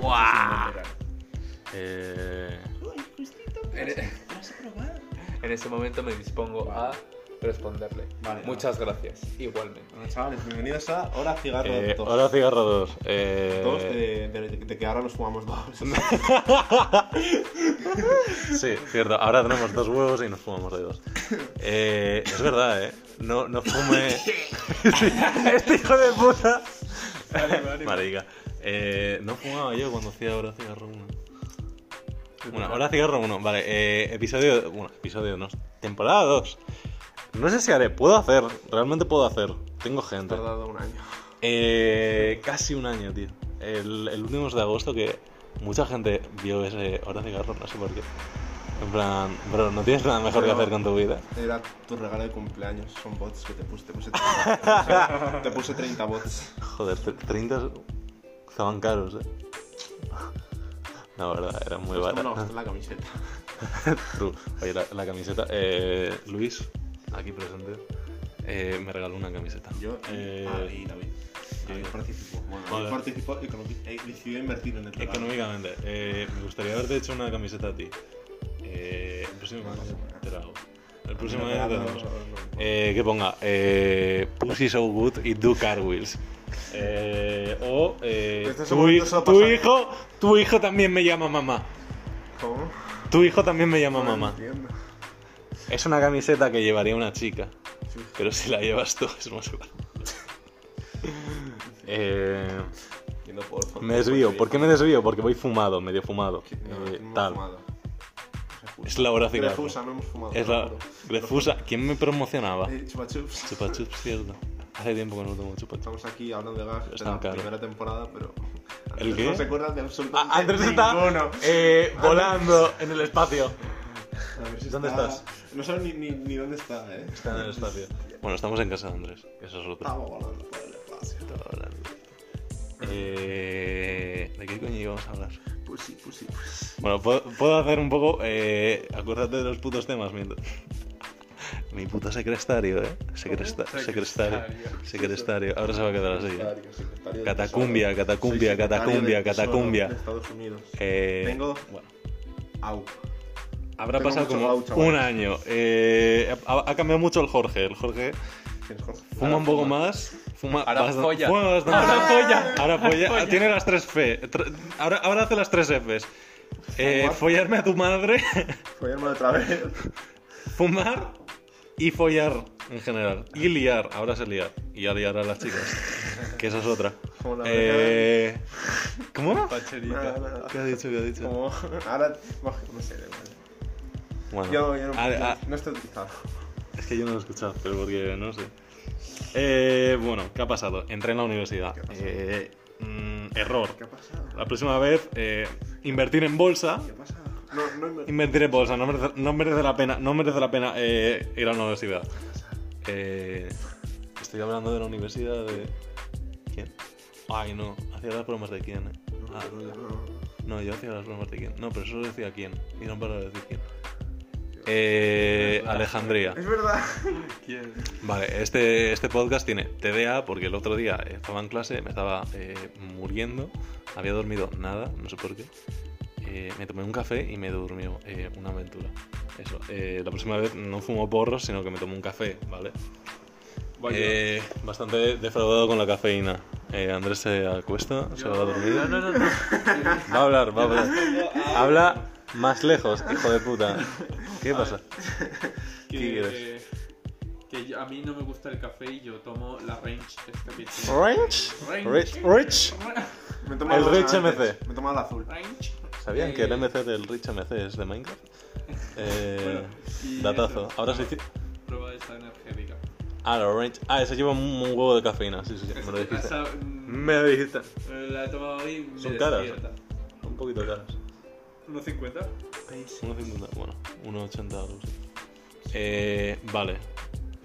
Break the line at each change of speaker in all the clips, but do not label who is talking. ¡Guau!
Eh,
En-
en ese momento me dispongo a responderle.
Vale.
Muchas gracias,
Ah,
igualmente.
Bueno, chavales, bienvenidos a Hora Cigarro
Eh,
2.
Hora Cigarro 2. Eh,
Dos de, de- de que ahora nos fumamos dos.
Sí, cierto. Ahora tenemos dos huevos y nos fumamos de dos. Eh, es verdad, ¿eh? No, no fume... Sí, este hijo de puta. Marica. Eh, no fumaba yo cuando hacía Hora Cigarro 1. Bueno, Hora Cigarro 1. Vale, eh, episodio... Bueno, episodio 2. Temporada 2. No sé si haré. Puedo hacer. Realmente puedo hacer. Tengo
He
gente.
tardado un año.
Eh, casi un año, tío. El, el último de agosto que mucha gente vio ese Hora Cigarro, no sé por qué. En plan, bro, no tienes nada mejor
Pero-
que hacer con tu vida.
Era tu regalo de cumpleaños. Son bots que te puse. Te puse 30, te puse 30 bots.
Joder, tre- 30 estaban caros, eh. La verdad, era muy
Pues no me
barato.
gustó la camiseta.
True. Oye, la, la camiseta. Eh, Luis, aquí presente, eh, me regaló una camiseta.
Yo y,
Eh,
ah, y David. Ah,
yo.
yo participo. Bueno,
Joder.
yo participo y economi- eh, decidí invertir en el regalo.
Económicamente, eh, me gustaría haberte hecho una camiseta a ti. Eh, el próximo año te la hago. El próximo año te la
No,
hacemos.
no, no.
Eh, que ponga eh, Pussy So Good y Do Cartwheels. Eh, o eh,
Este es un
tu, hi-
momento solo
tu
pasado.
hijo, tu hijo también me llama mamá.
¿Cómo?
Tu hijo también me llama
No lo
mamá.
entiendo.
Es una camiseta que llevaría una chica,
Sí.
pero si la llevas tú es más guay. Eh,
Yo no puedo-
me desvío. ¿Por qué me desvío? Porque voy fumado, medio fumado.
Que- no,
Eh,
no hemos
tal.
fumado.
Es la hora cigarro.
Grefusa, no hemos fumado.
Es
te lo
la Ah.
juro.
Grefusa. ¿Quién me promocionaba?
Eh, chupa chups.
Chupa Chups, cierto. Hace tiempo que no tomo Chupa Chups.
Estamos aquí hablando de gags de
Están
la
caros.
primera temporada, pero.
¿El
Andrés
qué?
No se acuerdan de absolutamente
Ah, Andrés
ninguno.
está eh, volando en el espacio.
Andrés
¿Dónde
está-
estás?
No sé ni, ni, ni dónde está, eh.
Está en el espacio. Bueno, estamos en casa de Andrés. Eso es otro.
Estamos volando por el espacio.
Eh, ¿De qué coño íbamos a hablar?
Pues sí, pues sí, pues sí.
Bueno, puedo, puedo hacer un poco. Eh, acuérdate de los putos temas mientras. Mi puto secretario, eh. Secresta- secretario. Secretario. Ahora se va a quedar así. eh.
Secretario, secretario de
Catacumbia,
Tesoro.
catacumbia,
Soy secretario
catacumbia,
del Tesoro
catacumbia.
de Estados Unidos.
Eh,
Tengo-
Bueno.
Au.
Habrá
Tengo
pasado
mucho
como
gaucho,
un
vale.
año. Eh, ha, ha cambiado mucho el Jorge. El Jorge
¿Tienes Jorge?
fuma un poco más. Fuma
Ahora
bastan-
folla.
fuma bastante.
Ahora folla.
Ahora
Ahora
folla.
folla.
Tiene las tres F. Tr- Ahora, ahora hace las tres Fs. Eh,
Fumar.
follarme a tu madre,
Follarme otra vez.
fumar y follar en general. Y liar. Ahora se liar. Y a liar a las chicas. Que esa es otra.
Como la
Eh, ¿Cómo?
Nada, nada.
¿Qué ha dicho? ¿Qué ha dicho?
Como- Ahora. No sé, da igual.
Bueno,
Yo, yo no,
a- a-
no estoy utilizado.
Es que yo no lo he escuchado, pero porque no sé. Eh, bueno, ¿qué ha pasado? Entré en la universidad.
¿Qué ha pasado?
Eh, mm, error.
¿Qué ha pasado?
La próxima vez, eh, invertir en bolsa.
¿Qué ha pasado? No, no me...
Invertir en bolsa, pues, no merece, no merece la pena, no merece la pena eh, ir a la universidad. Eh, estoy hablando de la universidad de. ¿Quién? Ay, no, hacía las bromas de quién. eh.
No,
Ah,
no, no.
no, yo hacía las bromas de quién. No, pero eso lo decía quién. Y no paro de decir quién. Eh, Alejandría.
Es verdad.
Vale, este, este podcast tiene TDA porque el otro día estaba en clase, me estaba eh, muriendo, había dormido nada, no sé por qué. Eh, me tomé un café y me durmió eh, una aventura. Eso, eh, la próxima vez no fumo porros, sino que me tomo un café, ¿vale? Eh, bastante defraudado con la cafeína. Eh, Andrés se acuesta, se va a dormir.
No, no, no, no.
Va a hablar, va a hablar. Habla más lejos, hijo de puta. ¿Qué pasa? ¿Qué
que,
quieres?
que yo- a mí no me gusta el café y yo tomo la range esta que tiene.
Rich? Rich?
Range.
Rich?
Me he tomado
El
dos
Rich
antes.
MC.
Me he tomado el azul.
Range.
¿Sabían
Eh,
que el MC del Rich MC es de Minecraft? Eh,
y
datazo.
eso.
Ahora sí. sí-
Prueba esta energética.
Ah, la Orange. Ah, ese lleva un, un huevo de cafeína. Sí, sí, sí. Me lo dijiste.
Esa, mm,
Me lo dijiste.
La he tomado hoy y me
Son caras.
despierta.
Un poquito caras.
¿1,50?
1,50. Bueno, 1,80 algo así. Eh, vale.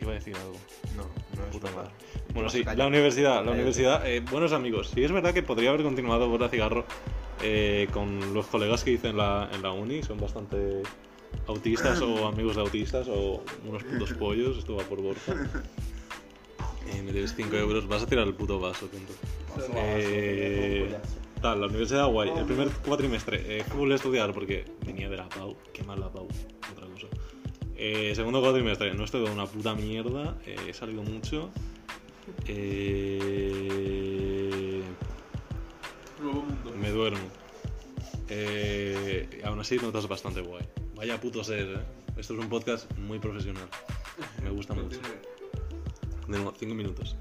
Iba a decir algo.
No, no es
Puta
verdad.
madre. Bueno,
Vas,
sí,
calla.
la universidad, la
Cállate.
universidad. Eh, buenos amigos, sí es verdad que podría haber continuado Bola Cigarro eh, con los colegas que hice en la, en la uni, son bastante autistas o amigos de autistas o unos putos pollos, esto va por Borja. Eh, me debes 5 euros, vas a tirar el puto vaso, punto.
Vas, vas,
Eh,
vas, vas,
Tal, la universidad guay. El primer cuatrimestre, eh, cool estudiar porque venía de la PAU. Qué mal la PAU, otra cosa. Eh, segundo cuatrimestre, no he estudiado una puta mierda. eh, he salido mucho. Eh,
Nuevo mundo.
me duermo. Eh, aún así, notas bastante guay. Vaya puto ser, ¿eh? Esto es un podcast muy profesional. Me gusta mucho.
Continúe.
De nuevo, cinco minutos.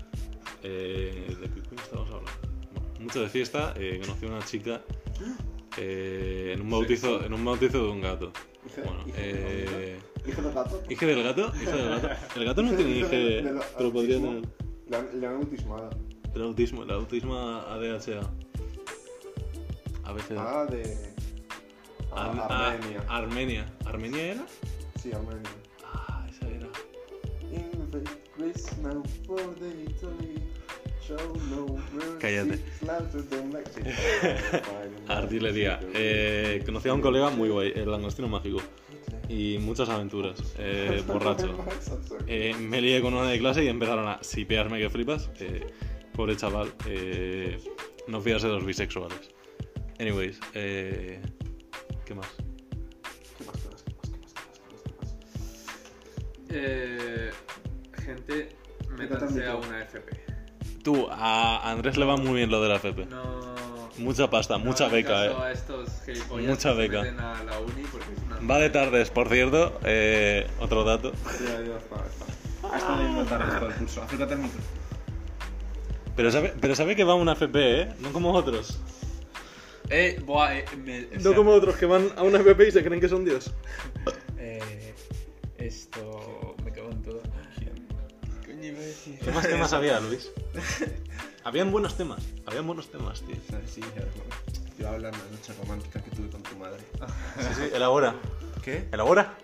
Eh, ¿De qué coño estábamos hablando? Bueno, mucho de fiesta, eh, conocí a una chica eh, en, un bautizo, en un bautizo de un gato.
Hijo-
Bueno,
hijo de un
eh,
Hijo de gato.
¿Hije del gato? ¿Hije del gato? El gato no tiene
Hijo de-
hije,
de lo-
pero podría
autismo.
tener.
Le han- Le han autismado.
El autismo, el autismo ADHA. A veces.
Ah, de. Ah,
Ar- a-
Armenia.
Armenia. ¿Armenia era?
Sí, Armenia.
Ah, esa era.
Every Christmas for the Italy. Show no mercy.
Cállate.
Slaughter them like chicken. Ah,
Artillería. Eh, conocí a un colega muy guay, el langostino mágico. Y muchas aventuras. Eh, borracho. Eh, me lié con una de clase y empezaron a sipearme que flipas. Eh, pobre chaval, eh, no fiarse de los bisexuales. Anyways, eh, ¿qué más?
¿Qué más, qué más, qué más, qué más, qué más, qué más, qué
Eh, gente, métanse a una FP.
Tú, a Andrés le va muy bien lo de la FP.
No.
Mucha pasta,
no
Ah, mucha
hagan
beca,
caso
eh.
A estos gilipollas
Mucha
que se
beca.
meten a la uni porque es una
Va de tardes, por cierto, eh, otro dato.
más? Ya, ya está, está.
Hasta de disfrutar esto del curso. Acércate al micro.
Pero sabe, pero sabe que va una FP, eh, no como otros.
Eh, buah, eh, me, o sea,
otros que van a una FP y se creen que son Dios.
eh, esto me cago en todo. Coño, iba a decir.
¿Qué más temas había, Luis? Habían buenos temas, habían buenos temas, tío.
O sea, Sí, ya lo Te iba a hablar de la noche romántica que tuve con tu madre.
Ah,
Sí, sí, elabora.
¿Qué?
¿Elabora?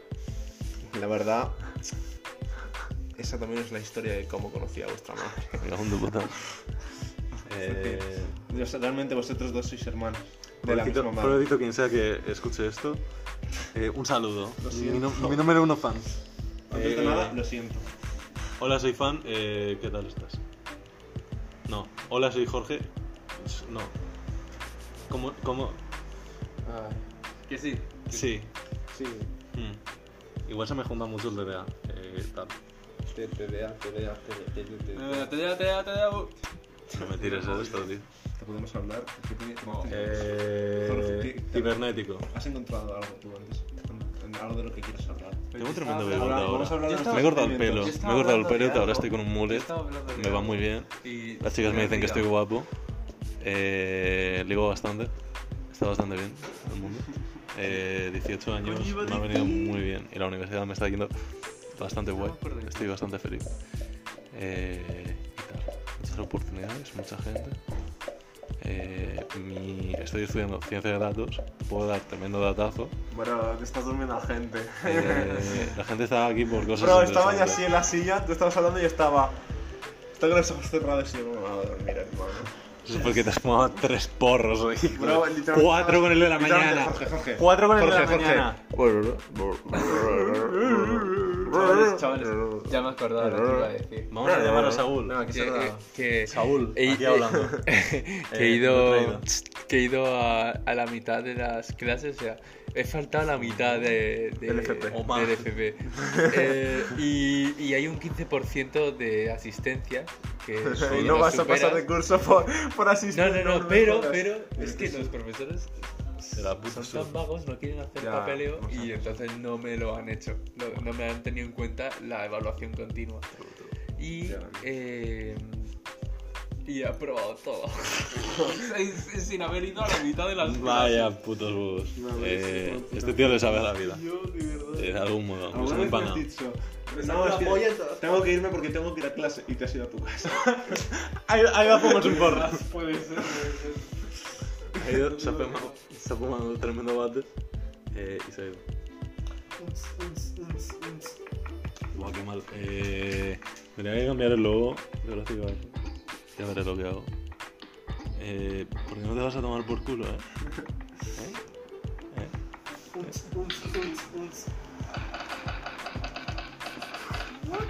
La verdad, esa también es la historia de cómo conocí a vuestra madre.
Eh,
Yo sé, realmente vosotros dos sois hermanos. De la misma
pobrecito,
madre.
pobrecito quien sea que escuche esto, eh, un saludo.
Lo
Mi,
siento.
nom- mi número uno fan.
Antes de
Eh,
nada, lo siento.
Hola, soy fan. eh, ¿Qué tal estás? No. Hola, soy Jorge. No. ¿Cómo? cómo?
Ah,
Que sí.
Sí.
sí.
Mm. Igual se me junta mucho el DDA. Eh, tal.
Te, te vea, te vea, te vea, te vea, te
Eh,
vea.
Te da, te da, te da. uh.
No me tires de esto, tío.
¿Te podemos hablar? ¿Qué tiene- qué más tienes? Jorge,
Eh,
¿qué-
cibernético.
¿Has encontrado algo tú antes? En- en Algo de lo que quieres hablar.
Tengo un tremendo
Habla-
bigote
habla-
hablar
ahora.
Yo
de
estaba-
Me he cortado el pelo,
sentimientos.
me
Yo
he
estaba
cortado el
hablando de
pelo, ahora
algo.
estoy con un
Yo
mullet,
estaba hablando de
me va
algo.
muy bien.
Y
Las chicas me dicen que estoy
olvidado.
guapo. Eh, ligo bastante. Está bastante bien el mundo. Eh, 18 años
Coño, iba a
me ha venido muy bien. Y la universidad me está yendo bastante guay.
Estamos por dentro.
Estoy bastante feliz. Eh, y tal. Muchas oportunidades, mucha gente. Eh, mi- estoy estudiando ciencia de datos. Te puedo dar tremendo datazo.
Bueno, te estás durmiendo a gente.
Eh, la gente está aquí por cosas.
Bro, estaba ya
interesantes.
así en la silla, tú estabas hablando y estaba.
Estoy con los ojos cerrados y yo me voy a dormir, hermano.
Eso es porque te has fumado tres porros, güey.
Bro, literalmente
Cuatro
estabas-
con el de la
Literalmente,
mañana.
Jorge, Jorge.
Cuatro con el de
Jorge,
la mañana.
Chavales, chavales, ya me acordaba lo que iba a decir.
Vamos a llamar a Saúl.
No, aquí se
Que, eh,
nada.
que-
Saúl,
Ey,
aquí
eh,
hablando.
que he
Eh, lo he
ido,
traído.
que he ido a, a la mitad de las clases, o sea, he faltado a la mitad de, de-
Del FP.
del
Opa.
FP. Eh, y, y hay un 15% de asistencia que
Y
si
no
lo
vas a pasar
superas-
de curso por, por
No,
asistir.
no, no,
me
pero,
jodas.
pero es que los profesores
De la puta
son tan vagos, no quieren hacer
Ya,
papeleo
o sea.
y entonces no me lo han hecho, no, no me han tenido en cuenta la evaluación continua. Y,
Ya.
eh, y he aprobado todo. sin, sin haber ido a la mitad de las
Vaya putos huevos.
No,
Eh,
es una
este tío le sabe a la vida.
Yo, de verdad.
Eh, De algún modo. Es
¿Alguna
muy
vez me
pana.
has dicho?
No, es que
apoya
tengo que irme porque tengo que ir a clase y te has ido a tu casa.
Ahí, ahí va fumarse un porro.
Puede ser, puede ser.
Ahí va- se ha fumado, se ha fumado un tremendo bate. Eh, y se ha ido. Buah, qué mal. Eh, tendría que cambiar el logo de gráfico a eso. Ya veré lo que hago. Eh, porque no te vas a tomar por culo, eh. ¿Eh? ¿Eh?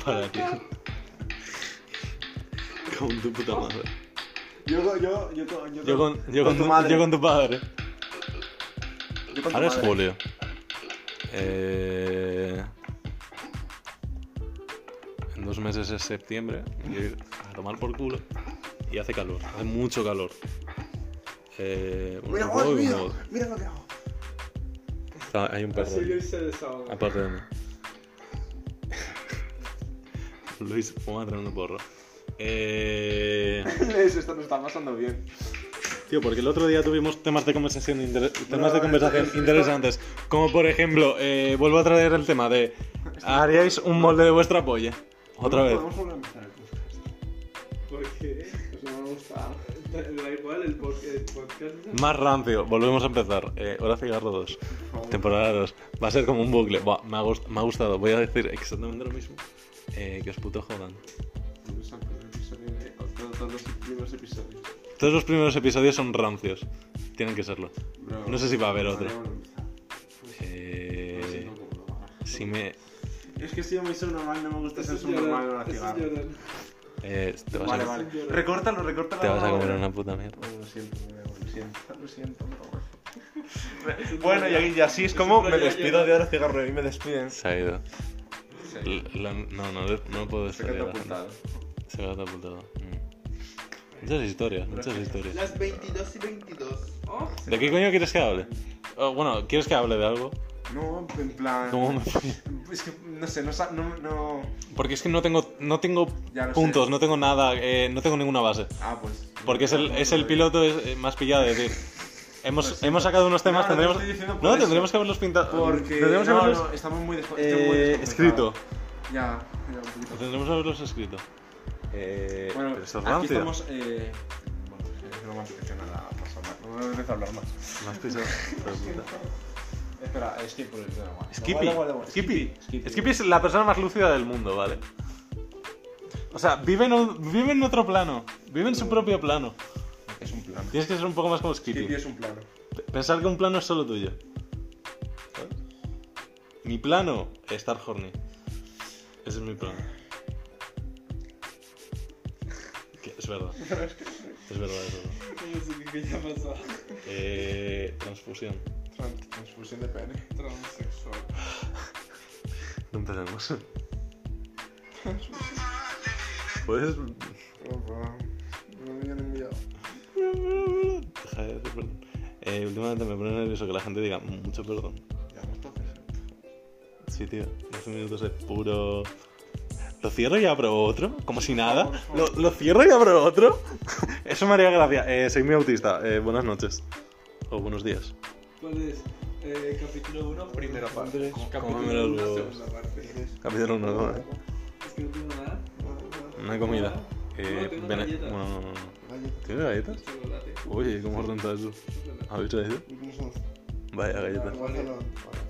Para, tío. Con tu puta madre.
Yo, yo, yo, con- yo,
Yo con, yo con,
tu
tu-
madre.
yo con tu padre.
Yo con tu
Ahora es
madre.
Julio. Eh... En dos meses es septiembre. Me quiero ir a tomar por culo. Y hace calor. Hace mucho calor. Eh, un
Mira,
juego
oh,
y un
mira,
modo.
mira lo que hago.
Está- hay un perro.
Así
aquí.
Luis se desahoga.
Aparte de mí. Luis fuma tremendo porro. Eh...
Les, esto no está pasando bien.
Tío, porque el otro día tuvimos temas de conversación, inter- temas
esto-
de conversación
esto-
interesantes. Como por ejemplo, eh, vuelvo a traer el tema de. ¿Haríais un molde de vuestra polla? Otra vez.
Podemos volver a empezar el podcast.
Porque
Eso no me gusta.
da, da igual el podcast. El podcast es
Más rancio, volvemos a empezar. Eh, Hora Cigarro 2, temporada 2. Va a ser como un bucle. Buah, me, ha gust- me ha gustado, voy a decir exactamente lo mismo. Eh, que os puto jodan.
Todos los primeros episodios- Todos los primeros episodios.
Todos los primeros episodios son rancios. Tienen que serlo.
Bro,
No sé si va a haber otro.
Vale, bueno, empezar.
Eh, si me.
Es que este soy muy subnormal, no me gusta ser subnormal en la
llorar, eso
ciudad.
es llorar.
eh, te vas,
Vale,
a,
vale. Recórtalo, recórtalo.
te vas a comer una puta mierda.
Oh, Lo siento, bro, lo siento, lo siento. bro.
Bueno, y, ahí- y así es como me despido de ahora cigarro y me despiden.
Se ha ido.
Sí.
L- la- no, no, le- no puedo
Se
despedir.
queda
a la gente.
apuntado.
Se queda apuntado. Mm. Muchas historias, muchas historias.
Las 22 y 22.
Oh,
¿De qué coño quieres que hable? Oh, bueno, ¿quieres que hable de algo?
No, en plan.
¿Cómo me fui?
Es que no sé, no. sa- no, no...
Porque es que no tengo, no tengo
Ya lo
puntos,
sé.
no tengo nada, eh, no tengo ninguna base.
Ah, pues.
Porque es el, es el piloto es- eh, más pillado, es decir. Hemos, hemos sacado unos temas,
Pues No, no
tendremos.
te estoy diciendo por
No,
eso.
tendremos que haberlos pintado.
Porque.
Tendremos que
no,
haberlos
no, estamos muy, desco- estoy muy
eh,
desconcentrado.
escrito.
Ya, ya un poquito.
Tendremos que haberlos escrito. Eh,
Bueno,
pero esto es
aquí
rancio.
estamos. Eh... Bueno, es que no me apetece nada más hablar. No me apetece hablar más.
Me has pisado, hijo de puta.
Espera, es que por el no, vale.
Skippy.
Guarda, guarda, guarda.
Skippy. Skippy es la persona más lúcida del mundo, ¿vale? O sea, vive en, un- vive en otro plano. Vive en
Mm.
su propio plano.
Es un plan.
Tienes que ser un poco más como
Skippy
Skippy.
es un plano.
Pensar que un plano es solo tuyo. Mi plano, estar horny. Ese es mi plano. Que es verdad. Es verdad, es verdad.
no sé qué coño ha pasado.
Eh, transfusión.
Tran- Transfusión de pene.
Transexual.
No empecemos. Puedes
Opa. No me habían enviado.
Deja de decir perdón. Eh, últimamente me pone nervioso que la gente diga mucho perdón.
Ya,
pues
no está perfecto.
Sí, tío, 12 minutos de puro. ¿Lo cierro y abro otro? Como si nada. ¿Lo, lo cierro y abro otro? Eso me haría gracia. Eh, soy muy autista. Eh, buenas noches. O buenos días.
¿Cuál es? Eh, capítulo 1.
Primera parte.
Cómeme
Capítulo
los
1,
huevos.
segunda parte.
Capítulo 1, ¿no? eh.
Es que no tengo nada.
No hay comida.
No,
Eh,
tengo
vene-
galletas.
Bueno, no, no, no. ¿Tienes galletas?
Chocolate.
Oye, ¿cómo has rentado eso?
chocolate.
¿Habéis traído? Vaya galletas.
Vale.
Vale.